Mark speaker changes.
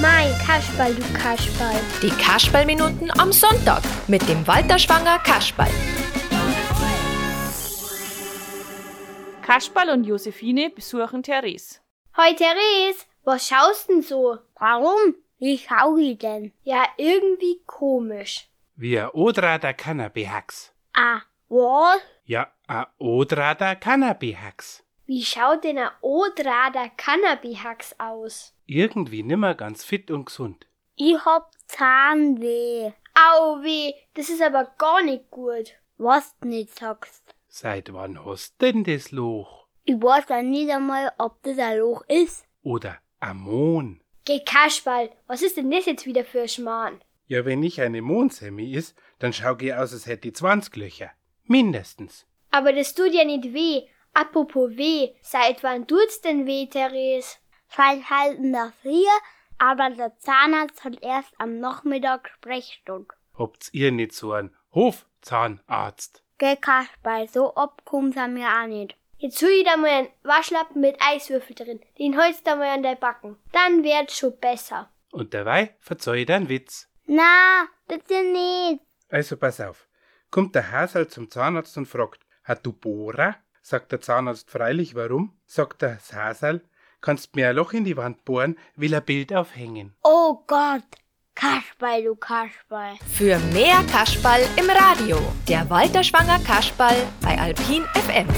Speaker 1: Mein Kasperl, du Kasperl.
Speaker 2: Die Kasperlminuten am Sonntag mit dem Walter Schwanger Kasperl.
Speaker 3: Kasperl und Josephine besuchen Therese.
Speaker 1: Hoi, Therese, was schaust denn so?
Speaker 4: Warum? Wie schau ich denn?
Speaker 1: Ja, irgendwie komisch.
Speaker 5: Wir odrada Cannabihax.
Speaker 4: Ah, was?
Speaker 5: Ja, a odrada Cannabihax.
Speaker 1: Wie schaut denn ein O-Drader Cannabihax aus?
Speaker 5: Irgendwie nimmer ganz fit und gesund.
Speaker 4: Ich hab Zahnweh.
Speaker 1: Au weh, das ist aber gar nicht gut.
Speaker 4: Was du nicht sagst.
Speaker 5: Seit wann hast denn das Loch?
Speaker 4: Ich weiß ja nicht einmal, ob das ein Loch ist.
Speaker 5: Oder Amon.
Speaker 1: Geh Kasperl, was ist denn das jetzt wieder für ein Schmarrn?
Speaker 5: Ja, wenn ich eine Mondsemmi is, dann schau ich aus, als hätte ich 20 Löcher. Mindestens.
Speaker 1: Aber das tut ja nicht weh. Apropos weh, seit wann tut's denn weh, Therese?
Speaker 4: Seit halb nach vier, aber der Zahnarzt hat erst am Nachmittag Sprechstunde.
Speaker 5: Habt's ihr nicht so einen Hofzahnarzt?
Speaker 4: Gell, Kasperl, so abkommt's an mir auch nicht.
Speaker 1: Jetzt hol ich da mal einen Waschlappen mit Eiswürfel drin. Den holst da mal an der Backen. Dann wär's schon besser.
Speaker 5: Und dabei verzeih ich einen Witz.
Speaker 4: Na, bitte nicht.
Speaker 5: Also pass auf. Kommt der Haserl zum Zahnarzt und fragt, hat du Bohrer? Sagt der Zahnarzt freilich, warum? Sagt der Haserl, kannst mir ein Loch in die Wand bohren, will ein Bild aufhängen.
Speaker 4: Oh Gott. Kasperl, du Kasperl.
Speaker 2: Für mehr Kasperl im Radio. Der Walter Schwanger Kasperl bei Alpin FM.